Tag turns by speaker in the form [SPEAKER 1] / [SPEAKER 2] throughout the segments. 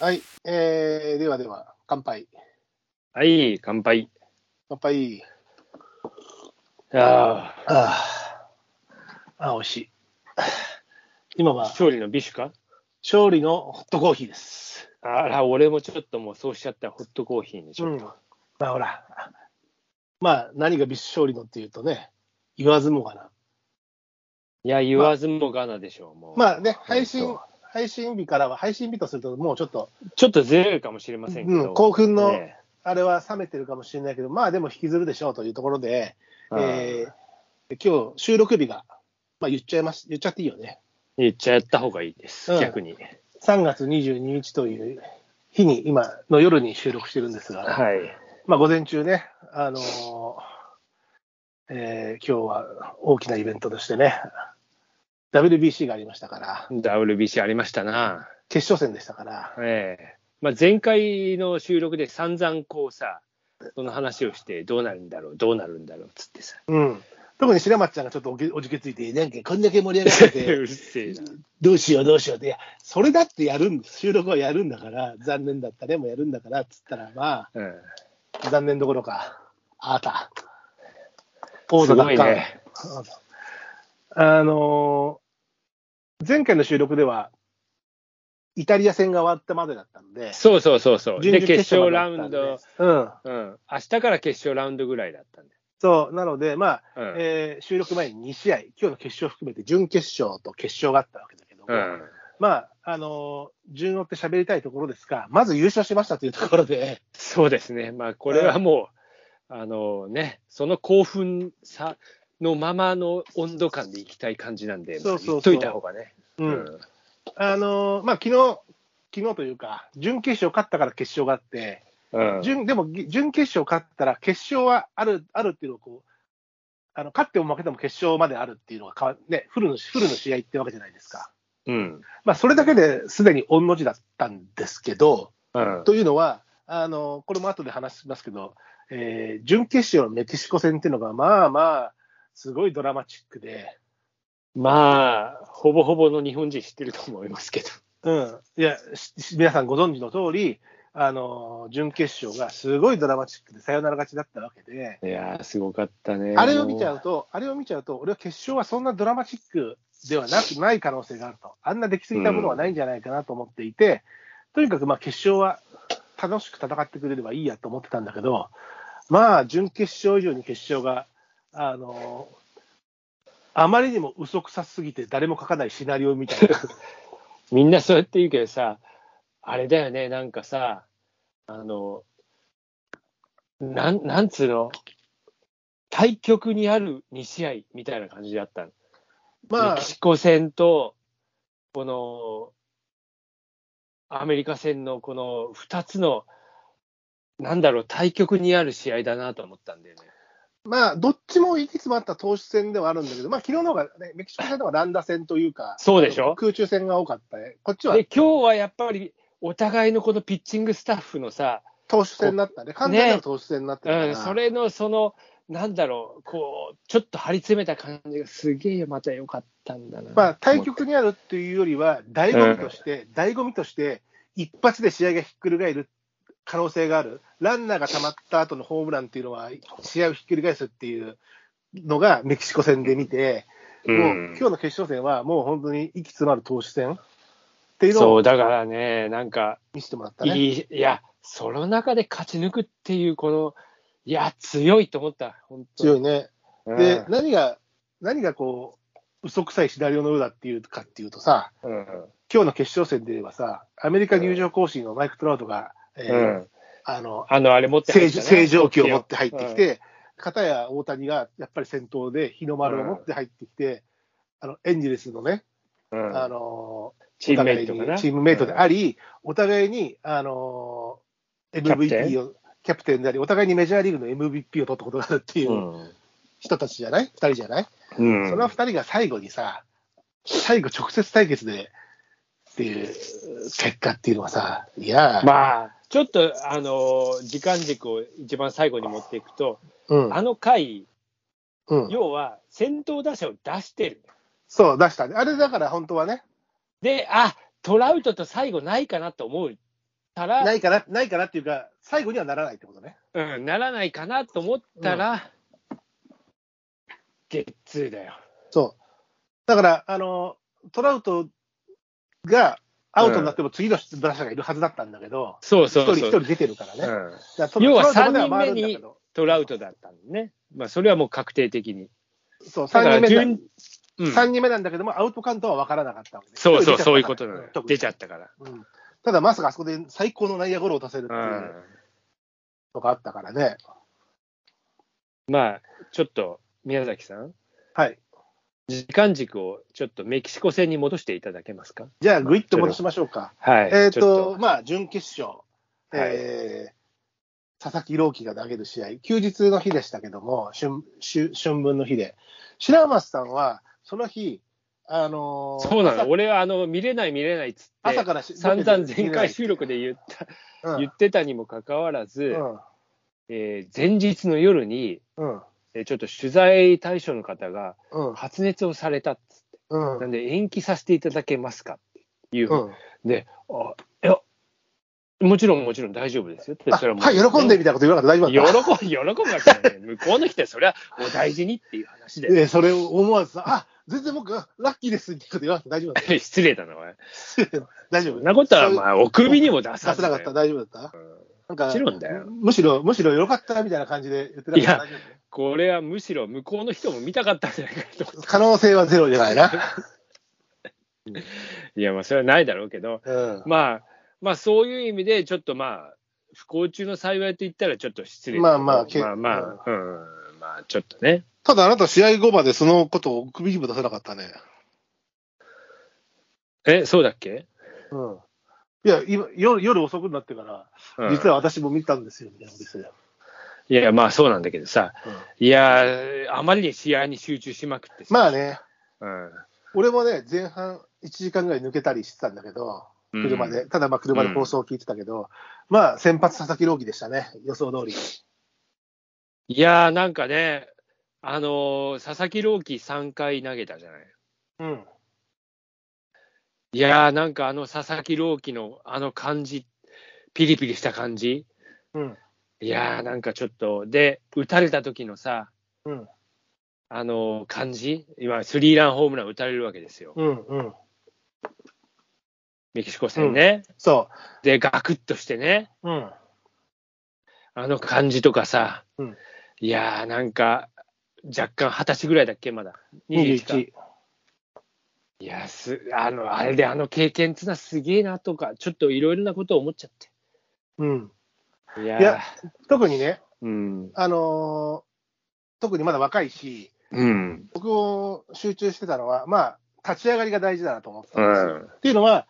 [SPEAKER 1] はい、えー、ではでは、乾杯。
[SPEAKER 2] はい、乾杯。い
[SPEAKER 1] 乾杯。
[SPEAKER 2] や
[SPEAKER 1] ああ、ああ、美味しい。今
[SPEAKER 2] ー
[SPEAKER 1] は、
[SPEAKER 2] 勝利の美酒か
[SPEAKER 1] 勝利のホットコーヒーです。
[SPEAKER 2] あら、俺もちょっともうそうしちゃったホットコーヒーにち
[SPEAKER 1] う
[SPEAKER 2] ょ
[SPEAKER 1] ん
[SPEAKER 2] っと。。
[SPEAKER 1] まあほら、まあ何がビス勝利のっていうとね、言わずもがな。
[SPEAKER 2] いや、言わずもがなでしょう、もう。
[SPEAKER 1] まあね、配
[SPEAKER 2] 本
[SPEAKER 1] 信、配信日からは、配信日とするともうちょっと、
[SPEAKER 2] 当ちょっとずれるかもしれませんけど。
[SPEAKER 1] うん興奮の
[SPEAKER 2] ね
[SPEAKER 1] あれは冷めてるかもしれないけど、まあでも引きずるでしょうというところで、
[SPEAKER 2] うん
[SPEAKER 1] えー今日収録日が、まあ言っちゃいます、言っちゃっていいよね。
[SPEAKER 2] 言っちゃった方がいいです、
[SPEAKER 1] うん
[SPEAKER 2] 逆に。
[SPEAKER 1] 3月22日という日に、今の夜に収録してるんですが、
[SPEAKER 2] はい。
[SPEAKER 1] まあ午前中ね、あのーえー今日は大きなイベントとしてね、WBC がありましたから、
[SPEAKER 2] WBC ありましたな。
[SPEAKER 1] 決勝戦でしたから、
[SPEAKER 2] ええまあ、前回の収録で散々こうさ、その話をして、どうなるんだろう、どうなるんだろうっつってさ。
[SPEAKER 1] うん、特に白松ちゃんがちょっとおけおじけついて、なんかこんだけ盛り上がって
[SPEAKER 2] う
[SPEAKER 1] て、
[SPEAKER 2] るせえな。
[SPEAKER 1] どうしようどうしようって、いやそれだってやるんです、収録はやるんだから、残念だったね、もうやるんだからっつったら、ま
[SPEAKER 2] うん、
[SPEAKER 1] あ、残念どころか、あなた、王
[SPEAKER 2] す
[SPEAKER 1] 座
[SPEAKER 2] ご
[SPEAKER 1] 奪
[SPEAKER 2] い
[SPEAKER 1] 還、
[SPEAKER 2] ね。
[SPEAKER 1] あのー前回の収録では、イタリア戦が終わったまでだったので、
[SPEAKER 2] そうそうそうそう。
[SPEAKER 1] 準
[SPEAKER 2] で、
[SPEAKER 1] 々
[SPEAKER 2] 決勝ラ
[SPEAKER 1] までだ
[SPEAKER 2] ウ
[SPEAKER 1] ったん
[SPEAKER 2] ン
[SPEAKER 1] で
[SPEAKER 2] ド、
[SPEAKER 1] うん、
[SPEAKER 2] うん、明日から決勝ラウンドぐらいだったんで。
[SPEAKER 1] そう、なので、まあ、
[SPEAKER 2] うん
[SPEAKER 1] えー収録前に2試合、今日の決勝含めて、準決勝と決勝があったわけだけども、
[SPEAKER 2] うん、
[SPEAKER 1] まあ、あのー順を追って喋りたいところですが、まず優勝しましたというところで、
[SPEAKER 2] そうですね、まあ、これはもう、あのね、その興奮さのままの温度感でいきたい感じなんで、
[SPEAKER 1] そうそうそう
[SPEAKER 2] まあ言っといた方がね。
[SPEAKER 1] うんあのーまあ、昨日昨日というか、準決勝勝ったから決勝があって、
[SPEAKER 2] うん
[SPEAKER 1] 準でもぎ準決勝勝ったら決勝はあるあるっていうのをこうあの勝っても負けても決勝まであるっていうのが変わねフルのフルの試合ってわけじゃないですか。
[SPEAKER 2] うん
[SPEAKER 1] まあそれだけですでに御の字だったんですけど、
[SPEAKER 2] うん
[SPEAKER 1] というのはあのこれも後で話しますけど、えー準決勝のメキシコ戦っていうのがまあまあすごいドラマチックで、
[SPEAKER 2] まあ、ほぼほぼの日本人知ってると思いますけど。
[SPEAKER 1] うんいやしし皆さんご存知の通り。あの準決勝がすごいドラマチックでサヨナラ勝ちだったわけで、
[SPEAKER 2] いやー、すごかったね。
[SPEAKER 1] あれを見ちゃ
[SPEAKER 2] も
[SPEAKER 1] うと、あれを見ちゃうと、俺は決勝はそんなドラマチックではなくない可能性があると、あんな出来すぎたものはないんじゃないかなと思っていて、とにかくまあ決勝は楽しく戦ってくれればいいやと思ってたんだけど、まあ、準決勝以上に決勝が、あのあまりにも嘘くさすぎて、誰も書かないシナリオみた いな。
[SPEAKER 2] うみんなそうやって言うけどさ、あれだよね、なんかさ、あの、なんなんつうの、対局にある2試合みたいな感じだったの。
[SPEAKER 1] まあ
[SPEAKER 2] メキ、シコ戦と、この、アメリカ戦のこの2つの、なんだろう、対局にある試合だなと思ったんだよね。
[SPEAKER 1] まあ、どっちもいつもあった投手戦ではあるんだけど、まあ、昨日の方が、ね、メキシコ戦の方が乱打戦というか、
[SPEAKER 2] そうでしょ
[SPEAKER 1] 空中戦が多かったね。こっちは
[SPEAKER 2] で、今日はやっぱり、お互いのこのピッチングスタッフのさ、
[SPEAKER 1] 投手戦になったね、完全なる投手戦になってるから、
[SPEAKER 2] うん、それのその、なんだろう、こう、ちょっと張り詰めた感じがすげえまた良かったんだな。
[SPEAKER 1] まあ、対局にあるっていうよりは、醍醐味として、醍醐味として、一発で試合がひっくり返る可能性がある、ランナーがたまった後のホームランっていうのは、試合をひっくり返すっていうのがメキシコ戦で見て、
[SPEAKER 2] うん
[SPEAKER 1] もう今日の決勝戦は、もう本当に息詰まる投手戦っていうの
[SPEAKER 2] そ
[SPEAKER 1] を
[SPEAKER 2] う、だからね、なんか、
[SPEAKER 1] 見せてもらったね。
[SPEAKER 2] いい、いや、その中で勝ち抜くっていう、この、いや、強いと思った、本当
[SPEAKER 1] 強いね。
[SPEAKER 2] い
[SPEAKER 1] で、何が、何がこう、嘘くさいシナリオのようだっていうかっていうとさ、
[SPEAKER 2] うん、
[SPEAKER 1] 今日の決勝戦で言えばさ、アメリカ入場行進のマイク・トラウトが、え
[SPEAKER 2] う
[SPEAKER 1] ー
[SPEAKER 2] ん、
[SPEAKER 1] あの
[SPEAKER 2] あの、あれ持って入
[SPEAKER 1] 正
[SPEAKER 2] ったね
[SPEAKER 1] 正常期を持って入ってき、て、片や大谷がやっぱり先頭で日の丸を持って入ってきて、あのエンジェルスのね、
[SPEAKER 2] うんうん
[SPEAKER 1] あの
[SPEAKER 2] チームメイトか
[SPEAKER 1] お互い
[SPEAKER 2] な。
[SPEAKER 1] にチームメイトであり、お互いにあの
[SPEAKER 2] キャプテン。
[SPEAKER 1] MVP を、キャプテンであり、お互いにメジャーリーグの MVP を取ったことがあるっていううん人たちじゃない、二人じゃない、
[SPEAKER 2] うん、
[SPEAKER 1] その二人が最後にさ、最後、直接対決でっていう結果っていうのはさ、いやー、
[SPEAKER 2] まあ、ちょっと、あの、時間軸を一番最後に持っていくと、
[SPEAKER 1] うん
[SPEAKER 2] あの回、
[SPEAKER 1] うん、
[SPEAKER 2] 要は先頭打者を出してる。
[SPEAKER 1] そう、出したね、あれだから本当はね、
[SPEAKER 2] で、あトラウトと最後ないかなと思うたら、
[SPEAKER 1] ないかな、ないかなっていうか、最後にはならないってことね。
[SPEAKER 2] うん、ならないかなと思ったら、ゲッツーだよ。
[SPEAKER 1] そう。だから、あの、トラウトがアウトになっても次の打者がいるはずだったんだけど、
[SPEAKER 2] そう
[SPEAKER 1] 一、
[SPEAKER 2] そう
[SPEAKER 1] 人一
[SPEAKER 2] そう。
[SPEAKER 1] 人出てるからね。だか
[SPEAKER 2] うん
[SPEAKER 1] らト
[SPEAKER 2] 要は
[SPEAKER 1] トラウトまで回るんだ
[SPEAKER 2] 三
[SPEAKER 1] け
[SPEAKER 2] 人
[SPEAKER 1] ど
[SPEAKER 2] トラウトだったんでね。まあ、それはもう確定的に。
[SPEAKER 1] そう、
[SPEAKER 2] だか
[SPEAKER 1] 3
[SPEAKER 2] ら
[SPEAKER 1] 人目な
[SPEAKER 2] 順、うん、
[SPEAKER 1] 三人目なんだけども、アウトカウントは分からなかったわけで
[SPEAKER 2] そうそう、そういうことなのよ。出ちゃ
[SPEAKER 1] っ
[SPEAKER 2] ったから。
[SPEAKER 1] た。うんただ、まさかあそこで最高の内野ゴロを出せるって
[SPEAKER 2] う。
[SPEAKER 1] いううんのがあったからね。
[SPEAKER 2] まあ、ちょっと、宮崎さん、
[SPEAKER 1] はい。
[SPEAKER 2] 時間軸をちょっとメキシコ戦に戻していただけますか
[SPEAKER 1] じゃあ、ぐいっと戻しましょうか。
[SPEAKER 2] はい。
[SPEAKER 1] えっ
[SPEAKER 2] ちょ
[SPEAKER 1] と、まあ、準決勝、えー佐々木朗希が投げる試合、休日の日でしたけども、春春春分の日で。白松さんは、その日、あの
[SPEAKER 2] っ
[SPEAKER 1] ー
[SPEAKER 2] とそうな
[SPEAKER 1] 朝
[SPEAKER 2] の。俺は、あの、見れない見れないっつって、
[SPEAKER 1] 朝からし
[SPEAKER 2] 散々前回収録で言った、
[SPEAKER 1] うん
[SPEAKER 2] 言ってたにもかかわらず、
[SPEAKER 1] うん
[SPEAKER 2] えー前日の夜に、
[SPEAKER 1] うん
[SPEAKER 2] えーちょっと取材対象の方が
[SPEAKER 1] うん
[SPEAKER 2] 発熱をされたっつって、
[SPEAKER 1] うん
[SPEAKER 2] なんで延期させていただけますかっていう、
[SPEAKER 1] うん
[SPEAKER 2] であいや、もちろんもちろん大丈夫ですよって、
[SPEAKER 1] あ
[SPEAKER 2] それはもう
[SPEAKER 1] はい、喜んでみたいなこと言わなくて大丈夫
[SPEAKER 2] 喜
[SPEAKER 1] だった。
[SPEAKER 2] ぶ、喜ぶわけじゃない。向こうの人はそれはお大事にっていう話で。
[SPEAKER 1] ええそれを思わずさ、あ全然僕、ラッキーですってこと言わなくて大丈夫だっ
[SPEAKER 2] 失礼だな、おい。
[SPEAKER 1] た。大丈
[SPEAKER 2] そ
[SPEAKER 1] 夫
[SPEAKER 2] んなことは、ま
[SPEAKER 1] あ、
[SPEAKER 2] あ、お首にも出
[SPEAKER 1] 出
[SPEAKER 2] さ
[SPEAKER 1] せなかった、
[SPEAKER 2] よ
[SPEAKER 1] 大丈夫だった。
[SPEAKER 2] うん
[SPEAKER 1] なんか
[SPEAKER 2] もちろんだよ
[SPEAKER 1] むしろ、むしろよかったみたいな感じで言ってなかったら大丈
[SPEAKER 2] これはむしろ向こうの人も見たかったんじゃないかと思
[SPEAKER 1] 夫。可能性はゼロじゃないな。
[SPEAKER 2] う。いや、まあ、それはないだろうけど、
[SPEAKER 1] うん。
[SPEAKER 2] まあ、まあ、そういう意味で、ちょっとまあ、不幸中の幸いと言ったらちょっと失礼だけど
[SPEAKER 1] まあまあけ
[SPEAKER 2] まあまあ、うん、まあ、ちょっとね。
[SPEAKER 1] ただあなた、試合後までそのことを首にも出さなかったね。
[SPEAKER 2] え、そうだっけ、
[SPEAKER 1] うん。いや、今夜夜遅くなってから、
[SPEAKER 2] うん、
[SPEAKER 1] 実は私も見たんですよ、みたいなことですよ。
[SPEAKER 2] いやいや、まあ、そうなんだけどさ。
[SPEAKER 1] うん
[SPEAKER 2] いやー、あまりに試合に集中しまくってさ。
[SPEAKER 1] まあね、
[SPEAKER 2] うん
[SPEAKER 1] 俺もね、前半1時間ぐらい抜けたりしてたんだけど、車で、ただまあ車で放送を聞いてたけど、まあ先発佐々木朗希でしたね、予想通り。
[SPEAKER 2] いやー、なんかね、あのー佐々木朗希3回投げたじゃない。
[SPEAKER 1] うん。
[SPEAKER 2] いやー、なんかあの佐々木朗希のあの感じ、ピリピリした感じ。
[SPEAKER 1] うん。
[SPEAKER 2] いやー、なんかちょっと、で、打たれた時のさ、
[SPEAKER 1] うん。
[SPEAKER 2] あのー感じ、今、スリーランホームラン打たれるわけですよ、
[SPEAKER 1] うん。うん。
[SPEAKER 2] メキシコ戦ね。
[SPEAKER 1] そ
[SPEAKER 2] で、ガクッとしてね、
[SPEAKER 1] う。うん。
[SPEAKER 2] あの感じとかさ、
[SPEAKER 1] うん
[SPEAKER 2] いやー、なんか、若干二十歳ぐらいだっけ、まだ。21か
[SPEAKER 1] 21。
[SPEAKER 2] いやすあの、あれであの経験っつうのはすげえなとか、ちょっといろいろなことを思っちゃっ
[SPEAKER 1] うん。
[SPEAKER 2] て。いやー
[SPEAKER 1] いや特にね、
[SPEAKER 2] うん。
[SPEAKER 1] あのー特にまだ若いし、
[SPEAKER 2] うん。
[SPEAKER 1] 僕を集中してたのは、まあ、立ち上がりが大事だなと思ってた
[SPEAKER 2] うん
[SPEAKER 1] ですよ。
[SPEAKER 2] ん。
[SPEAKER 1] っていうのは、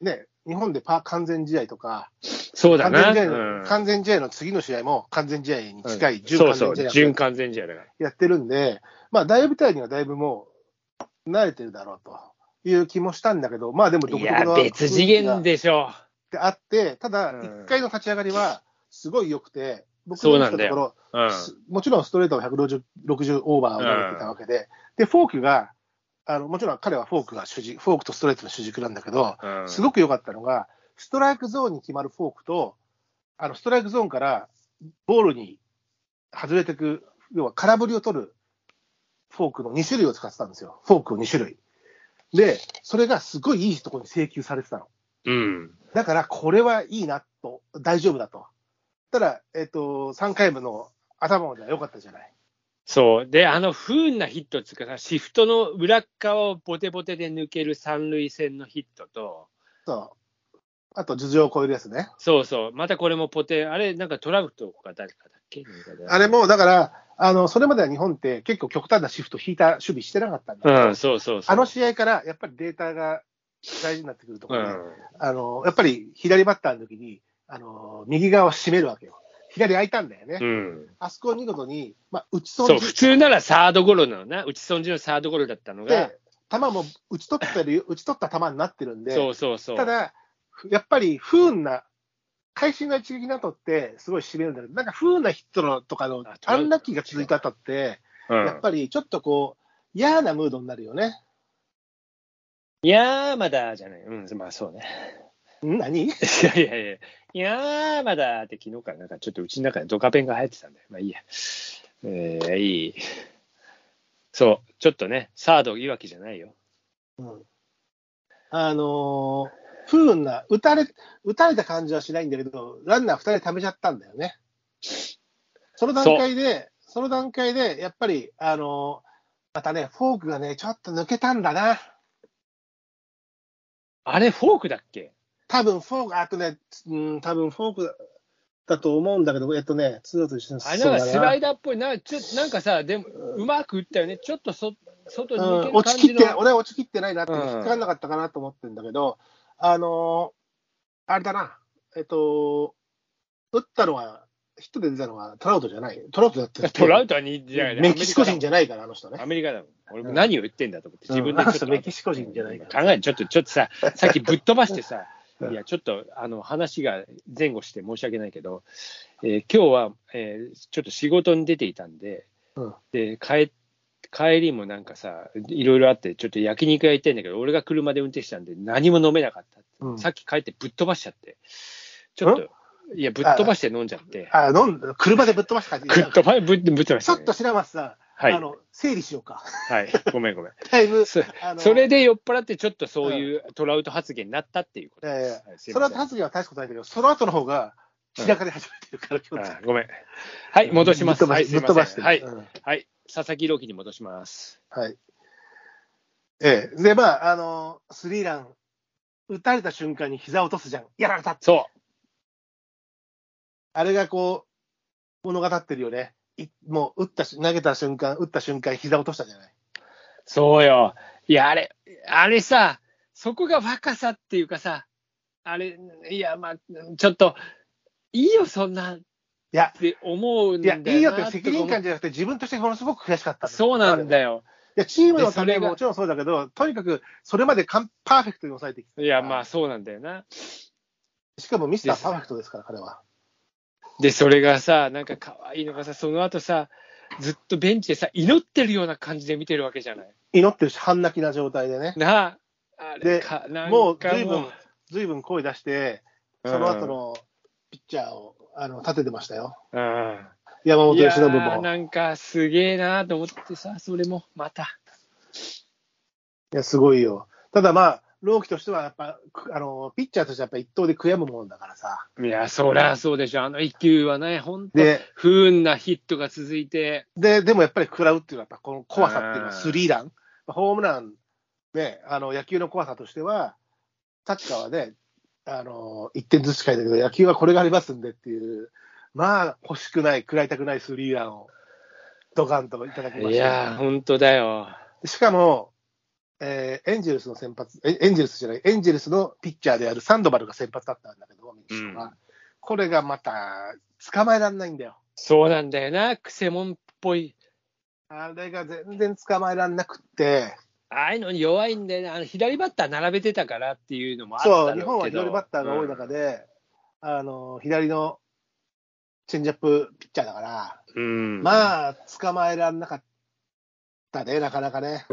[SPEAKER 1] ね、日本でパ完全試合とか、
[SPEAKER 2] そうだ
[SPEAKER 1] 完
[SPEAKER 2] な。
[SPEAKER 1] 全試合の、
[SPEAKER 2] うん
[SPEAKER 1] 完全試合の次の試合も完全試合に近い、準
[SPEAKER 2] そ
[SPEAKER 1] 完
[SPEAKER 2] う
[SPEAKER 1] 全
[SPEAKER 2] そう、
[SPEAKER 1] 試合だ
[SPEAKER 2] 準完全試合だから。
[SPEAKER 1] やってるんで、まあ、だいぶ隊にはだいぶもう、慣れてるだろうという気もしたんだけど、まあでも独
[SPEAKER 2] い
[SPEAKER 1] 特
[SPEAKER 2] や、
[SPEAKER 1] の
[SPEAKER 2] 別次元
[SPEAKER 1] で
[SPEAKER 2] でしょ。
[SPEAKER 1] あって、ただ、
[SPEAKER 2] うん
[SPEAKER 1] 1回の立ち上がりはすごい良くて、僕
[SPEAKER 2] そう
[SPEAKER 1] 見
[SPEAKER 2] な
[SPEAKER 1] て
[SPEAKER 2] ん
[SPEAKER 1] た
[SPEAKER 2] だ
[SPEAKER 1] ところ、
[SPEAKER 2] うん。
[SPEAKER 1] すもちろんストレートは160 60オーバーを投げてたわけで、で、フォークが、あのもちろん彼はフォークが主軸、フォークとストレートの主軸なんだけど、
[SPEAKER 2] うん
[SPEAKER 1] すごく良かったのが、ストライクゾーンに決まるフォークと、あのストライクゾーンからボールに外れていく、要は空振りを取るフォークの2種類を使ってたんですよ、フォークを2種類。で、それがすごいいいところに請求されてたの。
[SPEAKER 2] うん。
[SPEAKER 1] だから、これはいいなと、大丈夫だと。ただ、えっと、3回目の頭までは良かったじゃない。
[SPEAKER 2] そう。で、あの不運なヒットっていうかさ、シフトの裏っ側をボテボテで抜ける三塁線のヒットと、
[SPEAKER 1] そう。あと、頭上を超えるやつね。
[SPEAKER 2] そうそう、またこれもポテ、あれ、なんかトラウトか誰かだっけ
[SPEAKER 1] あれ、も、だから、あの、それまでは日本って結構極端なシフト引いた守備してなかったんだけど
[SPEAKER 2] うん、そうそうそう。
[SPEAKER 1] あの試合からやっぱりデータが大事になってくるとこ
[SPEAKER 2] う
[SPEAKER 1] ろで、
[SPEAKER 2] ん。
[SPEAKER 1] あのやっぱり左バッターの時にあの右側を締めるわけよ。左空いたんだよね。
[SPEAKER 2] うん
[SPEAKER 1] あそこを見事に、まあ、打ち損
[SPEAKER 2] そう、
[SPEAKER 1] じ
[SPEAKER 2] 普通ならサードゴロなのな、打ち損じのサードゴロだったのが
[SPEAKER 1] て、、球も打ち取ってる打ち取った球になってるんで、
[SPEAKER 2] そうそうそう。
[SPEAKER 1] ただ、やっぱり不運な、会心の一撃の後って、すごい締めるんだけど、なんか不運なヒットのとかの
[SPEAKER 2] あトラ
[SPEAKER 1] ア
[SPEAKER 2] ウト
[SPEAKER 1] ンラッキーが続いた後って、
[SPEAKER 2] うん
[SPEAKER 1] やっぱりちょっとこう、嫌なムードになるよね。
[SPEAKER 2] いやー、まだじゃない。うん、まあそうね。
[SPEAKER 1] ん何
[SPEAKER 2] いやいやいや、いやーまだって昨日からなんかちょっとうちの中でドカペンが流行ってたんで、まあいいや。えー、いい。そう、ちょっとね、サードいわきじゃないよ。
[SPEAKER 1] うんあのー不運な、打たれ、打たれた感じはしないんだけど、ランナー2人溜めちゃったんだよね。その段階で、その段階で、やっぱり、あのーまたね、フォークがね、ちょっと抜けたんだな。
[SPEAKER 2] あれ、フォークだっけ
[SPEAKER 1] 多分フォーク、あとね、うん、多分フォークだだと思うんだけど、えっとね、ツーアウト一緒に
[SPEAKER 2] あれなんか
[SPEAKER 1] そう
[SPEAKER 2] ス
[SPEAKER 1] だな
[SPEAKER 2] ライダーっぽいな、ちょなんかさ、でも、うまく打ったよね。ちょっとそ外に抜
[SPEAKER 1] う
[SPEAKER 2] け
[SPEAKER 1] ん、
[SPEAKER 2] る
[SPEAKER 1] 落
[SPEAKER 2] 感
[SPEAKER 1] ち
[SPEAKER 2] じ
[SPEAKER 1] きって、
[SPEAKER 2] の。
[SPEAKER 1] 俺は落ちきってないなって、
[SPEAKER 2] う
[SPEAKER 1] 引
[SPEAKER 2] ん
[SPEAKER 1] っかからなかったかなと思ってるんだけど、あのーあれだな、えっと、打ったのは、ヒットで出たのはトラウトじゃない。トラウトだって。
[SPEAKER 2] トラウトはにじゃない
[SPEAKER 1] メキシコ人じゃ
[SPEAKER 2] ゃ
[SPEAKER 1] ないから、あの人ね
[SPEAKER 2] ア。メリカだもん。俺も何を言ってんだと思って、自
[SPEAKER 1] う
[SPEAKER 2] 分
[SPEAKER 1] んあ
[SPEAKER 2] でち
[SPEAKER 1] の人
[SPEAKER 2] ょっと、
[SPEAKER 1] メキシコ人じゃないから。
[SPEAKER 2] 考えちょっと、ちょっ とさ、さっきぶっ飛ばしてさ
[SPEAKER 1] う、ん
[SPEAKER 2] いや、ちょっと、あの、話が前後して申し訳ないけど、えー今日は、えーちょっと仕事に出ていたんで、
[SPEAKER 1] うん
[SPEAKER 2] で、帰、帰りもなんかさ、いろいろあって、ちょっと焼肉屋行ってんだけど、俺が車で運転してたんで、何も飲めなかったって、
[SPEAKER 1] うん
[SPEAKER 2] さっき帰ってぶっ飛ばしちゃって、ちょっと、いや、ぶっ飛ばして飲んじゃって、
[SPEAKER 1] あ、飲んだ車でぶっ飛ばした感
[SPEAKER 2] ぶっ
[SPEAKER 1] じ。
[SPEAKER 2] 飛ば、ぶっぶっ飛ばし
[SPEAKER 1] ちょ
[SPEAKER 2] た、
[SPEAKER 1] っと白松さん、
[SPEAKER 2] はい
[SPEAKER 1] あ、の、整理しようか。
[SPEAKER 2] はい、ごめんごめん。
[SPEAKER 1] だいぶ、
[SPEAKER 2] そ
[SPEAKER 1] あの
[SPEAKER 2] それで酔っ払って、ちょっとそういうトラウト発言になったっていうことです
[SPEAKER 1] え
[SPEAKER 2] はいす
[SPEAKER 1] え
[SPEAKER 2] い
[SPEAKER 1] そ
[SPEAKER 2] ま
[SPEAKER 1] れ
[SPEAKER 2] せ
[SPEAKER 1] は
[SPEAKER 2] ん
[SPEAKER 1] 達也は大したことないんだけど、その後の方が散らかり始めてるから、気をつけ
[SPEAKER 2] あ
[SPEAKER 1] て
[SPEAKER 2] ごめん。はい、戻します。
[SPEAKER 1] ぶっ飛ば
[SPEAKER 2] はい、
[SPEAKER 1] し
[SPEAKER 2] すい
[SPEAKER 1] ぶっ
[SPEAKER 2] ませ
[SPEAKER 1] 飛
[SPEAKER 2] ん
[SPEAKER 1] ばしてる。
[SPEAKER 2] はい、
[SPEAKER 1] うん
[SPEAKER 2] はい、佐々木朗希に戻します。
[SPEAKER 1] はい。ええ。で、まあ、あの、スリーラン、打たれた瞬間に膝を落とすじゃん。やられた
[SPEAKER 2] そ
[SPEAKER 1] あれがこう、物語ってるよね。いもう、打ったし、投げた瞬間、打った瞬間、膝を落としたじゃない。
[SPEAKER 2] う、そうよ。いや、あれ、あれさ、そこが若さっていうかさ、あれ、いや、まあ、ちょっと、いいよ、そんなっ
[SPEAKER 1] いや、
[SPEAKER 2] て思うん
[SPEAKER 1] い
[SPEAKER 2] だ
[SPEAKER 1] や、
[SPEAKER 2] よな。
[SPEAKER 1] いいよって責任感
[SPEAKER 2] と
[SPEAKER 1] じゃなくて、自分としてものすごく悔しかった
[SPEAKER 2] か。そうなんだ
[SPEAKER 1] よ。
[SPEAKER 2] よ。
[SPEAKER 1] いや、チームのため
[SPEAKER 2] でそれが
[SPEAKER 1] ももちろんそうだけど、とにかく、それまで完パーフェクトに抑えてきた。
[SPEAKER 2] いや、まあ、そうなんだよな。
[SPEAKER 1] しかもミスターパーフェクトですから、彼は。
[SPEAKER 2] で、それがさ、なんか可愛いのがさ、その後さ、ずっとベンチでさ、祈ってるような感じで見てるわけじゃない。
[SPEAKER 1] 祈ってるし、半泣きな状態でね。
[SPEAKER 2] なあ、あれ
[SPEAKER 1] で
[SPEAKER 2] か、なんか
[SPEAKER 1] もう、随分、随分声出して、その後のピッチャーをあの立ててましたよ。
[SPEAKER 2] うん、うん
[SPEAKER 1] 山本
[SPEAKER 2] いや
[SPEAKER 1] 由伸
[SPEAKER 2] ー
[SPEAKER 1] も。い
[SPEAKER 2] なんかすげえなーと思ってさ、それもまた。
[SPEAKER 1] や、すごいよ。ただまあ、朗希としては、やっぱ、くあの、ピッチャーとしてはやっぱ一投で悔やむもんだからさ。
[SPEAKER 2] いや、そりゃそうでしょ。あの一球はね、本当
[SPEAKER 1] で、
[SPEAKER 2] 不運なヒットが続いて、
[SPEAKER 1] で、でもやっぱり食らうっていうのは、やっぱこの怖さっていうのは
[SPEAKER 2] あー
[SPEAKER 1] スリーラン。ホームラン、ね、あの、野球の怖さとしては、サッカーはね、あの、1点ずつしかいないけど、野球はこれがありますんでっていう、まあ、欲しくない、食らいたくないスリーランを、ドカンといただきましたね。
[SPEAKER 2] いやー、本当だよ。
[SPEAKER 1] しかも、えーエンジェルスの先発え、エンジェルスじゃない、エンジェルスのピッチャーであるサンドバルが先発だったんだけど、メキシコ
[SPEAKER 2] う
[SPEAKER 1] は。これがまた、捕まえられないんだよ。
[SPEAKER 2] そうなんだよな、くせもんっぽい。
[SPEAKER 1] あれが全然捕まえられなくって、
[SPEAKER 2] ああいうのに弱いんだよね。あの左バッター並べてたからっていうのもあった
[SPEAKER 1] そう、
[SPEAKER 2] ろけ
[SPEAKER 1] 日
[SPEAKER 2] ど
[SPEAKER 1] 本は左バッターが多い中で、あの、左のチェンジアップピッチャーだから、
[SPEAKER 2] うん、うん
[SPEAKER 1] まあ、捕まえられなかったね、なかなかね。